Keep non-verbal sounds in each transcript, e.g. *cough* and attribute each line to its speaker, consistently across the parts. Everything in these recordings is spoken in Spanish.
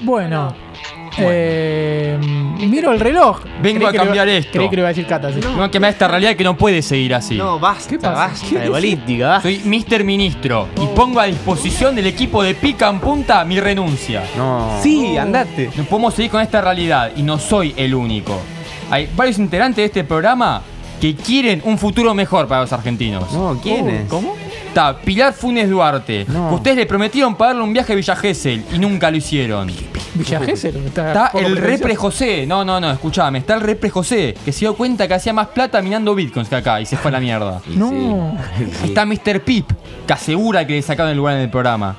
Speaker 1: Bueno. eh, miro el reloj.
Speaker 2: Vengo a
Speaker 1: que lo iba-
Speaker 2: cambiar esto.
Speaker 1: Creí que lo iba a decir Cata. sí.
Speaker 2: No, que me da esta realidad que no puede seguir así.
Speaker 3: No, basta,
Speaker 1: ¿Qué pasa?
Speaker 3: basta
Speaker 1: ¿Qué
Speaker 3: de
Speaker 1: dice?
Speaker 3: política, basta.
Speaker 2: Soy Mister Ministro y pongo a disposición del equipo de pica en punta mi renuncia.
Speaker 3: No. Sí, andate.
Speaker 2: No podemos seguir con esta realidad y no soy el único. Hay varios integrantes de este programa que quieren un futuro mejor para los argentinos.
Speaker 3: No, ¿quién es?
Speaker 1: ¿Cómo?
Speaker 2: Está Pilar Funes Duarte.
Speaker 3: No.
Speaker 2: que Ustedes le prometieron pagarle un viaje a Villa Gesell y nunca lo hicieron.
Speaker 1: Villa Gesell, Está,
Speaker 2: Está
Speaker 1: poco
Speaker 2: el repre
Speaker 1: pretencioso.
Speaker 2: José. No, no, no, escuchame. Está el repre José que se dio cuenta que hacía más plata minando bitcoins que acá y se fue a la mierda.
Speaker 3: Y
Speaker 1: No.
Speaker 3: sí. Sí.
Speaker 2: Está Mr. Pip que asegura que le sacaron el lugar en el programa.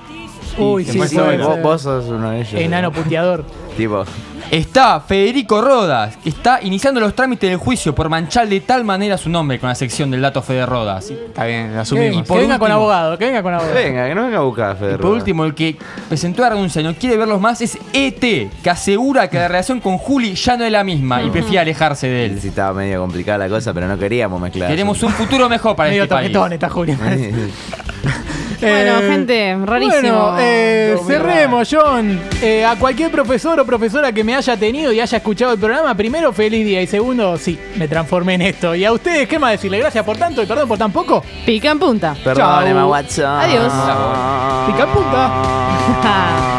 Speaker 1: Uy,
Speaker 3: Sí,
Speaker 1: sí,
Speaker 3: vos-
Speaker 1: sí,
Speaker 2: puede
Speaker 3: vos,
Speaker 1: sí.
Speaker 3: vos sos uno de ellos.
Speaker 1: Enano puteador.
Speaker 3: Tipo,
Speaker 2: Está Federico Rodas, que está iniciando los trámites del juicio por manchar de tal manera su nombre con la sección del dato Fede Rodas.
Speaker 4: Está bien, lo
Speaker 1: Que,
Speaker 4: asumimos.
Speaker 1: que venga con
Speaker 2: último-
Speaker 1: abogado, que venga con abogado.
Speaker 3: venga, que no venga a buscar, Fede.
Speaker 2: Y por último, el que presentó la renuncia y no quiere verlos más es ET, que asegura que la relación con Juli ya no es la misma y prefiere alejarse de
Speaker 3: Sí,
Speaker 2: él.
Speaker 3: estaba medio complicada la cosa, pero no queríamos mezclar. *laughs*
Speaker 2: Queremos un futuro mejor para
Speaker 1: Medio
Speaker 2: este país.
Speaker 1: toquetón está Julia.
Speaker 5: Bueno, gente, rarísimo.
Speaker 1: Bueno, eh,
Speaker 4: Todo muy
Speaker 1: cerremos, John. Eh, a cualquier profesor o profesora que me haya tenido y haya escuchado el programa, primero, feliz día. Y segundo, sí, me transformé en esto. Y a ustedes, ¿qué más decirle? Gracias por tanto y perdón por tan poco.
Speaker 5: Pica en punta.
Speaker 3: Perdón, Emma Watson.
Speaker 5: Adiós.
Speaker 3: Pica
Speaker 1: Pica punta.
Speaker 3: punta. *laughs*